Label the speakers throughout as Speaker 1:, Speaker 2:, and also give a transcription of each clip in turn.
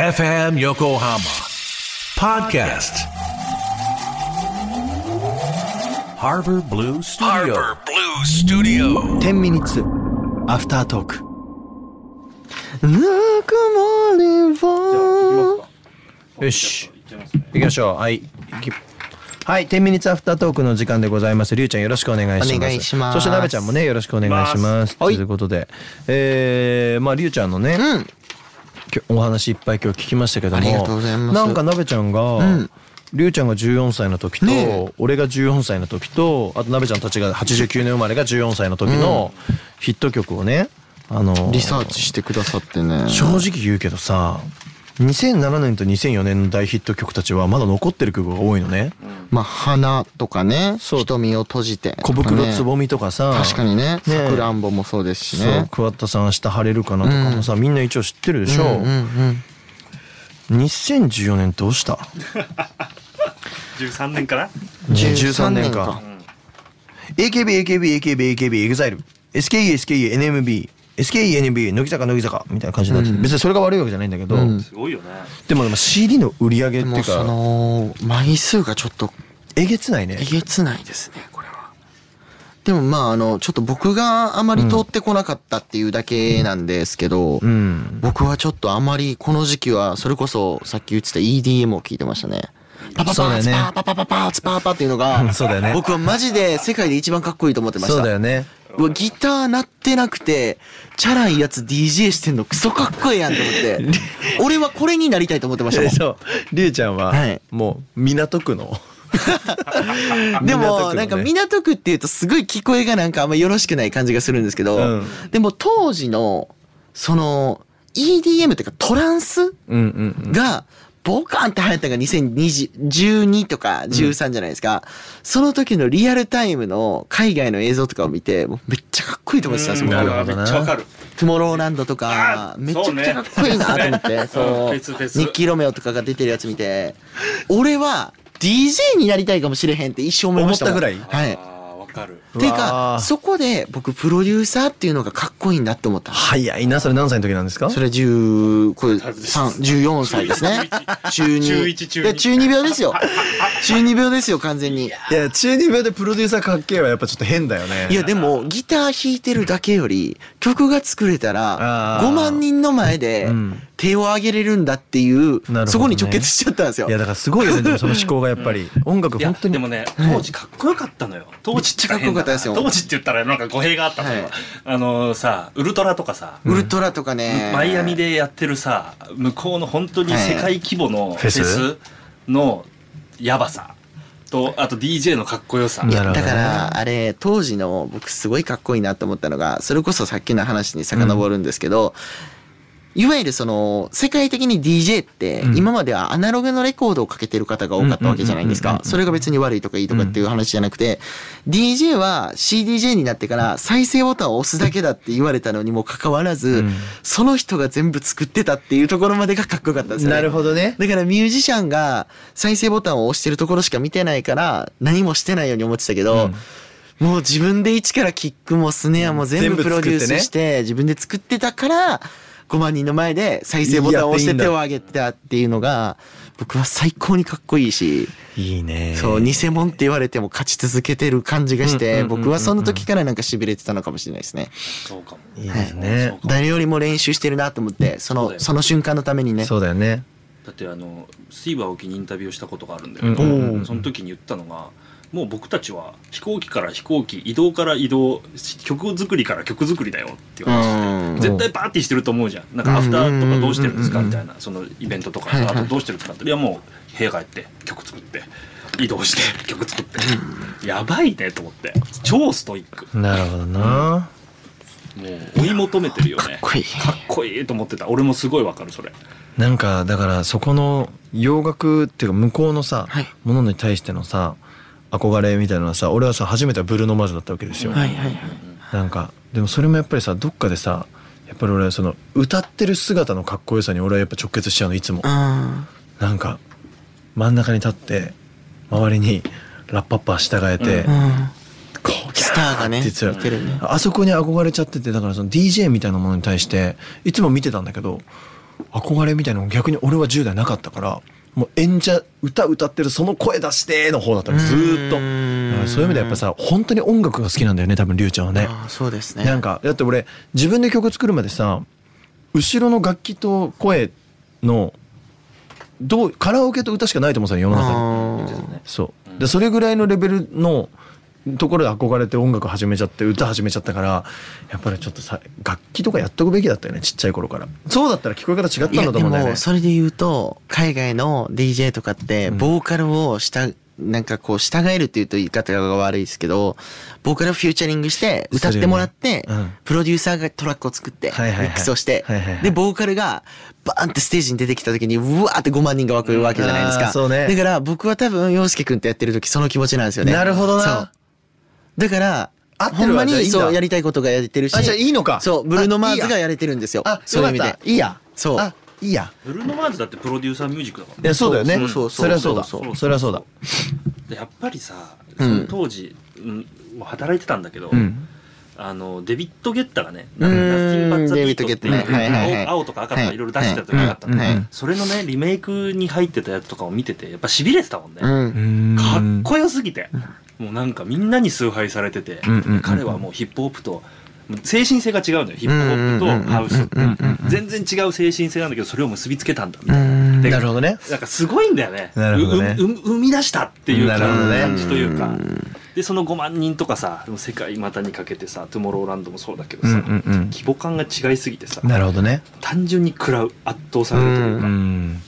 Speaker 1: FM Yokohama Podcast Harbor Blue Studio
Speaker 2: Harbor Blue Studio.
Speaker 3: 10ミニッツアフタートークぬくもりをよし行きましょうはい行きはい10ミニッツアフタートークの時間でございますりゅうちゃんよろしくお願いします
Speaker 4: お願いします
Speaker 3: そしてなべちゃんもねよろしくお願いしますと
Speaker 4: はい
Speaker 3: いうことでえーまありゅうちゃんのね、
Speaker 4: うん。
Speaker 3: きょお話いっぱい今日聞きましたけども
Speaker 4: ありがとうございます
Speaker 3: なんかなべちゃんが、
Speaker 4: ん
Speaker 3: りゅうちゃんが14歳の時と、
Speaker 4: ねえ
Speaker 3: 俺が14歳の時とあとなべちゃんたちが89年生まれが14歳の時のヒット曲をねあの
Speaker 4: リサーチしてくださってね。
Speaker 3: 正直言うけどさ2007年と2004年の大ヒット曲たちはまだ残ってる曲が多いのね
Speaker 4: まあ、花とかね、
Speaker 3: そう
Speaker 4: 瞳を閉じて、
Speaker 3: 「小袋つぼみ」とかさ、
Speaker 4: 確かにね、
Speaker 3: え
Speaker 4: さくらんぼもそうですし
Speaker 3: そう
Speaker 4: ね。
Speaker 3: 桑田さん「明日晴れるかな」とかもさ、みんな一応知ってるでしょ、
Speaker 4: うんうん
Speaker 3: 2014年どうした
Speaker 2: 13年から
Speaker 3: 13年か AKBAKBAKBAKBAKBEXILESKESKENMBSKENB 乃木坂乃木坂みたいな感じになってて別にそれが悪いわけじゃないんだけど
Speaker 4: うん
Speaker 2: すごいよね。
Speaker 3: でもでも CD の売り上げって
Speaker 4: で
Speaker 3: い
Speaker 4: も
Speaker 3: う
Speaker 4: そ
Speaker 3: か
Speaker 4: の、枚数がちょっと
Speaker 3: えげつないね
Speaker 4: えげつないですね、これは。でもまあ、あの、ちょっと僕があまり通ってこなかったっていうだけなんですけど、
Speaker 3: うん
Speaker 4: 僕はちょっとあまりこの時期はそれこそさっき言ってた EDM を聞いてましたね。パパパ
Speaker 3: そうだよ
Speaker 4: ーツ
Speaker 3: ね
Speaker 4: パーパパパパーツパーパーっていう のが
Speaker 3: そうだよね
Speaker 4: 僕はマジで世界で一番かっこいいと思ってました。
Speaker 3: そうだよね
Speaker 4: うわギター鳴ってなくてチャラいやつ DJ してんのクソかっこええやんと思って 俺はこれになりたいと思ってましたもん
Speaker 3: そうりゅうちゃんは
Speaker 4: はい
Speaker 3: もう港区 の
Speaker 4: で
Speaker 3: 港
Speaker 4: も、
Speaker 3: 区のね
Speaker 4: なんか港区っていうとすごい聞こえがなんかあんまよろしくない感じがするんですけど、
Speaker 3: うん
Speaker 4: でも当時の、その、EDM っていうかトランス
Speaker 3: うんうん
Speaker 4: が、ボカンって流行ったのが2012とか13じゃないですか、その時のリアルタイムの海外の映像とかを見て、もうめっちゃかっこいいと思ってたんですよ、
Speaker 3: な
Speaker 4: 僕
Speaker 3: るほどな
Speaker 2: めっちゃわかる。
Speaker 4: トゥモローランドとか
Speaker 2: あ、ー
Speaker 4: めちゃくちゃかっこいいなと思って、
Speaker 2: そうね
Speaker 4: そう、
Speaker 2: フェ
Speaker 4: ニ
Speaker 2: スフェス
Speaker 4: ッキー・ロメオとかが出てるやつ見て、俺は DJ になりたいかもしれへんって一生思いましたもん。
Speaker 3: 思ったぐらい
Speaker 4: はい。
Speaker 2: あーわかる。
Speaker 4: てい
Speaker 3: う
Speaker 4: う
Speaker 3: わ
Speaker 4: か
Speaker 3: ー
Speaker 4: そこで僕プロデューサーっていうのがかっこいいんだって思った
Speaker 3: 早いなそれ何歳の時なんですか
Speaker 4: それ10これ3 14歳で すね中二
Speaker 2: 中一中二
Speaker 4: いや中二病ですよ中二病ですよ完全に
Speaker 3: いや中二病でプロデューサーかっけえはやっぱちょっと変だよね
Speaker 4: いやでもギター弾いてるだけより曲が作れたら
Speaker 3: あー
Speaker 4: 5万人の前で
Speaker 3: うん
Speaker 4: 手を挙げれるんだっていう、
Speaker 3: ほどね
Speaker 4: そこに直結しちゃったんですよ
Speaker 3: いやだからすごいよねでもその思考がやっぱり音楽
Speaker 2: いや
Speaker 3: 本当に
Speaker 2: でもね当時かっこよかったのよ当時って言ったら変だ
Speaker 4: かっこよかっ
Speaker 2: な
Speaker 4: たですよ
Speaker 2: 当時って言ったらなんか語弊があったのよ、
Speaker 4: はい
Speaker 2: あのさウルトラとかさ、
Speaker 4: ウルトラとかね
Speaker 2: マイアミでやってるさ向こうの本当に世界規模の
Speaker 3: フェ
Speaker 2: フェ
Speaker 3: ス
Speaker 2: スのやばさとあと DJ のかっこよさ
Speaker 3: いやなるほど
Speaker 4: だ
Speaker 3: ね
Speaker 4: からあれ当時の僕すごいかっこいいなと思ったのがそれこそさっきの話に遡るんですけど、いわゆるその世界的に DJ って
Speaker 3: うん
Speaker 4: 今まではアナログのレコードをかけてる方が多かったわけじゃないです
Speaker 3: うんうんうん
Speaker 4: か
Speaker 3: うん
Speaker 4: それが別に悪いとかいいとかっていう話じゃなくて DJ は CDJ になってから再生ボタンを押すだけだって言われたのにもかかわらず、
Speaker 3: ん
Speaker 4: その人が全部作ってたっていうところまでがかっこよかったんですよね。
Speaker 3: なるほどね
Speaker 4: だからミュージシャンが再生ボタンを押してるところしか見てないから何もしてないように思ってたけど、もう自分で一からキックもスネアも全
Speaker 3: 全部
Speaker 4: 部プロデュー
Speaker 3: 作ってね
Speaker 4: スして自分で作ってたから5万人の前で再生ボタンを押して手を挙げてたっていうのが僕は最高にかっこいいし、
Speaker 3: いいね
Speaker 4: そう偽物って言われても勝ち続けてる感じがし
Speaker 3: うんうんう
Speaker 4: て
Speaker 3: んうんうん
Speaker 4: 僕はその時からなんか痺れてたのかもしれないですね。
Speaker 2: そうかも
Speaker 3: いいですね
Speaker 2: そうかも
Speaker 4: 誰よりも練習してるなと思ってそ
Speaker 2: そうだよ
Speaker 4: の
Speaker 2: ね
Speaker 4: その瞬間のためにね。
Speaker 3: そうだよね
Speaker 2: だってあのスティーブ・アオキにインタビューしたことがあるんだけど、
Speaker 3: うんうんうん
Speaker 2: その時に言ったのがもう僕たちは飛行機から飛行機移動から移動し曲作りから曲作りだよっていう
Speaker 4: う
Speaker 2: 話
Speaker 4: ん
Speaker 2: 絶対パーティーしてると思うじゃんなんかアフターとかどうしてるんですか
Speaker 3: うんうん
Speaker 2: みたいなそのイベントとか
Speaker 4: はいはい
Speaker 2: あとどうしてるんですかっていやもう部屋帰って曲作って移動して 曲作ってやばいねと思って超ストイック
Speaker 3: なるほどな
Speaker 2: もう追い求めてるよね
Speaker 4: かっこいい
Speaker 2: かっこいいと思ってた俺もすごいわかるそれ
Speaker 3: なんかだからそこの洋楽っていうか向こうのさ
Speaker 4: はい
Speaker 3: ものに対してのさ憧れみたいなのはさ俺はさ初めてはブルーノ・マーズだったわけですよ
Speaker 4: はいはいはい。
Speaker 3: なんかでもそれもやっぱりさどっかでさやっぱり俺はその歌ってる姿のかっこよさに俺はやっぱ直結しちゃうのいつも
Speaker 4: うん。
Speaker 3: なんか真ん中に立って周りにラッパッパ従えて、
Speaker 2: う
Speaker 3: こう
Speaker 4: スターがね、
Speaker 3: ギャーって言っ
Speaker 4: 見
Speaker 3: て
Speaker 4: てるね。
Speaker 3: あそこに憧れちゃっててだからその DJ みたいなものに対していつも見てたんだけど憧れみたいなの逆に俺は10代なかったからもう演者歌歌ってるその声出しての方だったのずーっとうんそういう意味ではやっぱさ本当に音楽が好きなんだよね多分りゅうちゃんはね
Speaker 4: ああそうですね
Speaker 3: なんかだって俺自分で曲作るまでさ後ろの楽器と声のどうカラオケと歌しかないと思ってたの世の中に。
Speaker 4: あー
Speaker 3: そうでそれぐらいのレベルのところで憧れて音楽始めちゃって歌始めちゃったからやっぱりちょっとさ楽器とかやっとくべきだったよねちっちゃい頃からそうだったら聞こえ方違ったん
Speaker 4: いや
Speaker 3: だと
Speaker 4: で
Speaker 3: 思うんだよね
Speaker 4: もそれで言うと海外の DJ とかってボーカルをしたなんかこう従えるっていうと言い方が悪いですけどボーカルをフューチャリングして歌ってもらって、
Speaker 3: するよねうん
Speaker 4: プロデューサーがトラックを作ってミ
Speaker 3: はいはいはい
Speaker 4: ックスをして、
Speaker 3: はいはいはい
Speaker 4: でボーカルがバーンってステージに出てきた時にうわーって5万人が湧くわけじゃないです
Speaker 3: あ
Speaker 4: か
Speaker 3: ーそうね
Speaker 4: だから僕は多分陽介君とやってる時その気持ちなんですよね
Speaker 3: なるほどな
Speaker 4: そうだから
Speaker 3: 合って
Speaker 4: ほ
Speaker 3: るわ
Speaker 4: んまに
Speaker 3: じゃあいいんだ
Speaker 4: そうやりたいことがやれてるし
Speaker 3: あじゃあいいのか
Speaker 4: そうブルーノ・マ
Speaker 3: あ
Speaker 4: ーズ
Speaker 3: いいや
Speaker 4: がやれてるんですよ
Speaker 3: あ
Speaker 4: そういう意味
Speaker 3: よか
Speaker 4: で
Speaker 3: ったいいや
Speaker 4: そう
Speaker 3: あいいや
Speaker 2: ブルーノ・マーズだってプロデューサーミュージックだから
Speaker 3: いやそうだよね
Speaker 4: そうそうそう
Speaker 3: れはそうだ
Speaker 2: そう
Speaker 3: そ
Speaker 2: そうそう
Speaker 3: れはそうだ
Speaker 2: でやっぱりさ、
Speaker 4: うん
Speaker 2: その当時、うん、働いてたんだけど、
Speaker 3: うん
Speaker 2: あのデビッド・ゲッタがね、
Speaker 4: うん
Speaker 2: ダスティン・バッツァ・ビートっていう
Speaker 4: デビッドゲッタねはいはいはい
Speaker 2: 青青とか赤とかいろいろ出してた時があったんだけど
Speaker 4: はいはい
Speaker 2: それのね、リメイクに入ってたやつとかを見てて、やっぱしびれてたもんね。
Speaker 4: う
Speaker 2: か
Speaker 4: ん
Speaker 2: っこよすぎて。もうなんかみんなに崇拝されてて
Speaker 3: うんうんうん、
Speaker 2: 彼はもうヒップホップと、精神性が違うのよ。ヒップホップとハウスって
Speaker 4: うんうんうんうん。
Speaker 2: 全然違う精神性なんだけど、それを結びつけたんだみたいな。
Speaker 4: うん
Speaker 2: で
Speaker 3: なるほどね
Speaker 2: なんかすごいんだよね。
Speaker 3: なるほどね
Speaker 2: ううう生み出したっていう
Speaker 3: なるほど
Speaker 2: 感
Speaker 3: ね
Speaker 2: 感じというか。で、その5万人とかさ、でも世界股にかけてさ、トゥモローランドもそうだけど
Speaker 3: うんう
Speaker 2: さ、
Speaker 3: んうん
Speaker 2: 規模感が違いすぎてさ、
Speaker 3: なるほどね
Speaker 2: 単純に食らう、圧倒されるという
Speaker 3: う
Speaker 2: か。
Speaker 3: ん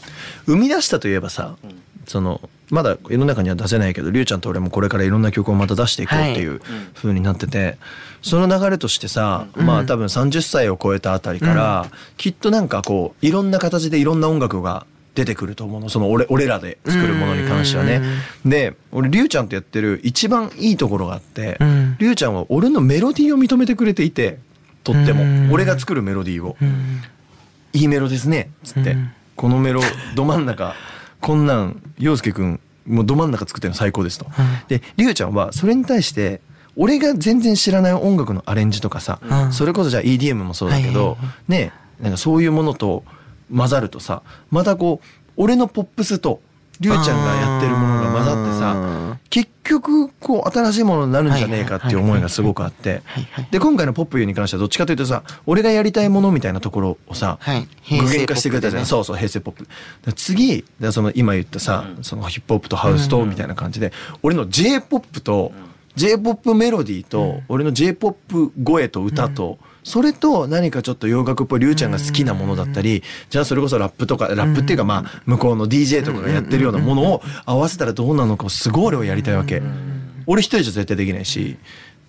Speaker 3: 生み出したといえばさ
Speaker 2: うん
Speaker 3: そのまだ世の中には出せないけどりゅうちゃんと俺もこれからいろんな曲をまた出していこうっていう風になってて、その流れとしてさ、
Speaker 4: うん
Speaker 3: まあ多分30歳を超えたあたりから、きっとなんかこういろんな形でいろんな音楽が出てくると思うのその俺俺らで作るものに関してはね。で俺りゅうちゃんとやってる一番いいところがあって、
Speaker 4: うん
Speaker 3: りゅうちゃんは俺のメロディーを認めてくれていてとっても、
Speaker 4: うん
Speaker 3: 俺が作るメロディーを。
Speaker 4: うん
Speaker 3: いいメロですね」つって、
Speaker 4: うん
Speaker 3: このメロど真ん中こんなん陽介くんもうど真ん中作ってるの最高です」と。でりゅうちゃんはそれに対して俺が全然知らない音楽のアレンジとかさ、
Speaker 4: うん
Speaker 3: それこそじゃあ EDM もそうだけど、
Speaker 4: はいはいは
Speaker 3: ねなんかそういうものと混ざるとさまたこう俺のポップスとりゅうちゃんがやってるものが混ざってさ
Speaker 4: さ
Speaker 3: 結局こう新しいものになるんじゃねえかっていう思いがすごくあって
Speaker 4: はいはいはい
Speaker 3: で今回の「ポップユーに関してはどっちかというとさ俺がやりたいものみたいなところをさ
Speaker 4: はい
Speaker 3: 具現化してくれたじゃん、そ
Speaker 4: 平成ポップでね
Speaker 3: うそう平成ポップだから次だからその今言ったさ、
Speaker 2: うん
Speaker 3: そのヒップホップとハウスとみたいな感じで、俺の j p o p と、j p o p メロディーと、俺の j p o p 声と歌と、それと何かちょっと洋楽っぽいりゅうちゃんが好きなものだったり、じゃあそれこそラップとかラップっていうかまあ向こうの DJ とかがやってるようなものを合わせたらどうなのかをすごい俺はやりたいわけ、俺一人じゃ絶対できないし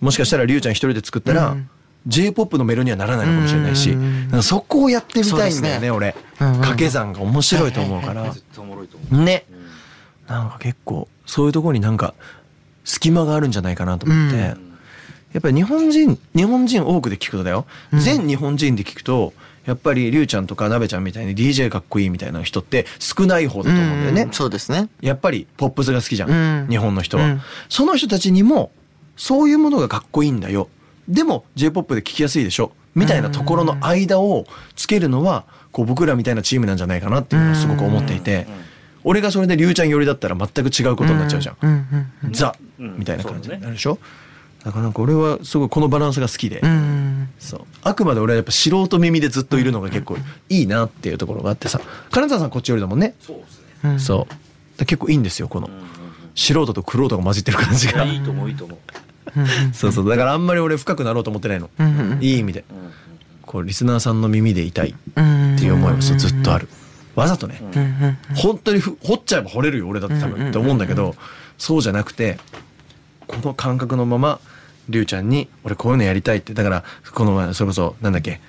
Speaker 3: もしかしたらりゅうちゃん一人で作ったら、j p o p のメロにはならないのかもしれないし、なんかそこをやってみたいんだよね
Speaker 4: そ
Speaker 3: 俺、
Speaker 4: うんうんうん
Speaker 3: 掛け算が面白いと思うから、
Speaker 2: 絶対おもろいと思う。
Speaker 3: ねなんか結構そういうところになんか隙間があるんじゃないかなと思って、
Speaker 4: うん
Speaker 3: やっぱり日本人日本人多くで聞くとだよ、全日本人で聞くとやっぱりりゅうちゃんとかなべちゃんみたいに DJ かっこいいみたいな人って少ない方だと思うんだよね、
Speaker 4: うんそうですね
Speaker 3: やっぱりポップスが好きじゃん、
Speaker 4: うん
Speaker 3: 日本の人は、
Speaker 4: うん
Speaker 3: その人たちにもそういうものがかっこいいんだよでも j p o p で聴きやすいでしょみたいなところの間をつけるのはこう僕らみたいなチームなんじゃないかなっていうのをすごく思っていて、俺がそれでりゅうちゃん寄りだったら全く違うことになっちゃうじゃん、
Speaker 4: うんうん
Speaker 3: ザ、
Speaker 2: うん
Speaker 3: みたいな感じに
Speaker 2: そうだね
Speaker 3: なるでしょだからなんか俺はすごいこのバランスが好きで、
Speaker 4: うん
Speaker 3: そうあくまで俺はやっぱ素人耳でずっといるのが結構いいなっていうところがあってさ金沢さんこっち寄りだもんね、
Speaker 2: そうですね。
Speaker 4: うん
Speaker 3: そうだから結構いいんですよこの。
Speaker 2: うんうんうん
Speaker 3: 素人とクロートが混じってる感じ
Speaker 2: いや
Speaker 3: が
Speaker 2: いいと思う、いいと思う。
Speaker 4: うん
Speaker 3: そうそうだからあんまり俺深くなろうと思ってないの、
Speaker 4: うんうんうん
Speaker 3: いい意味で
Speaker 2: うんうん
Speaker 3: こうリスナーさんの耳でいたいっ
Speaker 4: うん
Speaker 3: ていう思いもそうずっとあるわざとね、
Speaker 4: うんうん
Speaker 3: 本当にふ掘っちゃえば掘れるよ俺だって多
Speaker 4: うんうんう
Speaker 3: 分
Speaker 4: んうん
Speaker 3: って思うんだけどそうじゃなくてこの感覚のままりゅうちゃんに俺こういうのやりたいってだからこの前それこそなんだっけ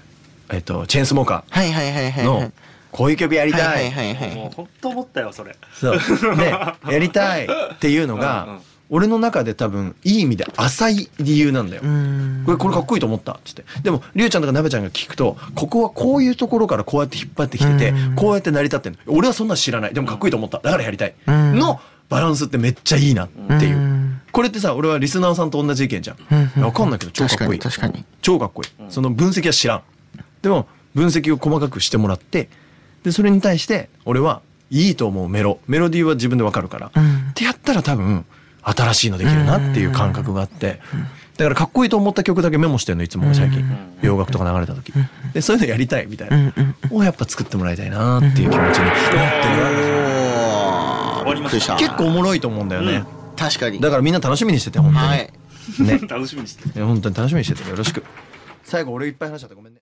Speaker 3: えっとチェーンスモーカ
Speaker 4: はいはいはいは
Speaker 3: ー
Speaker 4: いはい
Speaker 3: のこういう曲やり
Speaker 4: は
Speaker 3: た
Speaker 4: い
Speaker 3: い
Speaker 4: はいはい
Speaker 2: も
Speaker 4: は
Speaker 2: う本当思ったよ、それ。
Speaker 3: そう。ね、やりたいっていうの
Speaker 2: うんう
Speaker 3: が
Speaker 2: ん、
Speaker 3: 俺の中で多分、いい意味で浅い理由なんだよ
Speaker 4: い。ん
Speaker 3: これ、これかっこいいと思ったっつって。でも、りゅうちゃんとかなべちゃんが聞くと、ここはこういうところからこうやって引っ張ってきてて、こうやって成り立ってんの。俺はそんなの知らない。でもかっこいいと思った。だからやりたい。
Speaker 4: ん。
Speaker 3: の、バランスってめっちゃいいなっていううんこれってさ、俺はリスナーさんと同じ意見じゃ
Speaker 4: うんうん
Speaker 3: ん。わかんないけど、超かっこいい。
Speaker 4: 確かに確かに
Speaker 3: 超かっこいい。その分析は知らん。でも、分析を細かくしてもらって、でそれに対して俺はいいと思うメロメロディーは自分でわかるから、
Speaker 4: ん
Speaker 3: ってやったら多分新しいのできるなっていう感覚があって、だからかっこいいと思った曲だけメモしてんのいつも最近、洋楽とか流れた時、でそういうのやりたいみたいな、をやっぱ作ってもらいたいなっていう気持ちになってるわけですよ
Speaker 4: お
Speaker 2: わ
Speaker 4: ー
Speaker 2: り
Speaker 4: びっ
Speaker 2: ました
Speaker 4: くりした
Speaker 3: 結構おもろいと思うんだよね、
Speaker 4: 確かに
Speaker 3: だからみんな楽しみにしてて本当に、
Speaker 4: はい
Speaker 3: ね
Speaker 2: 楽しみにして
Speaker 3: いや本当に楽しみにしててよろしく最後俺いっぱい話しちゃってごめんね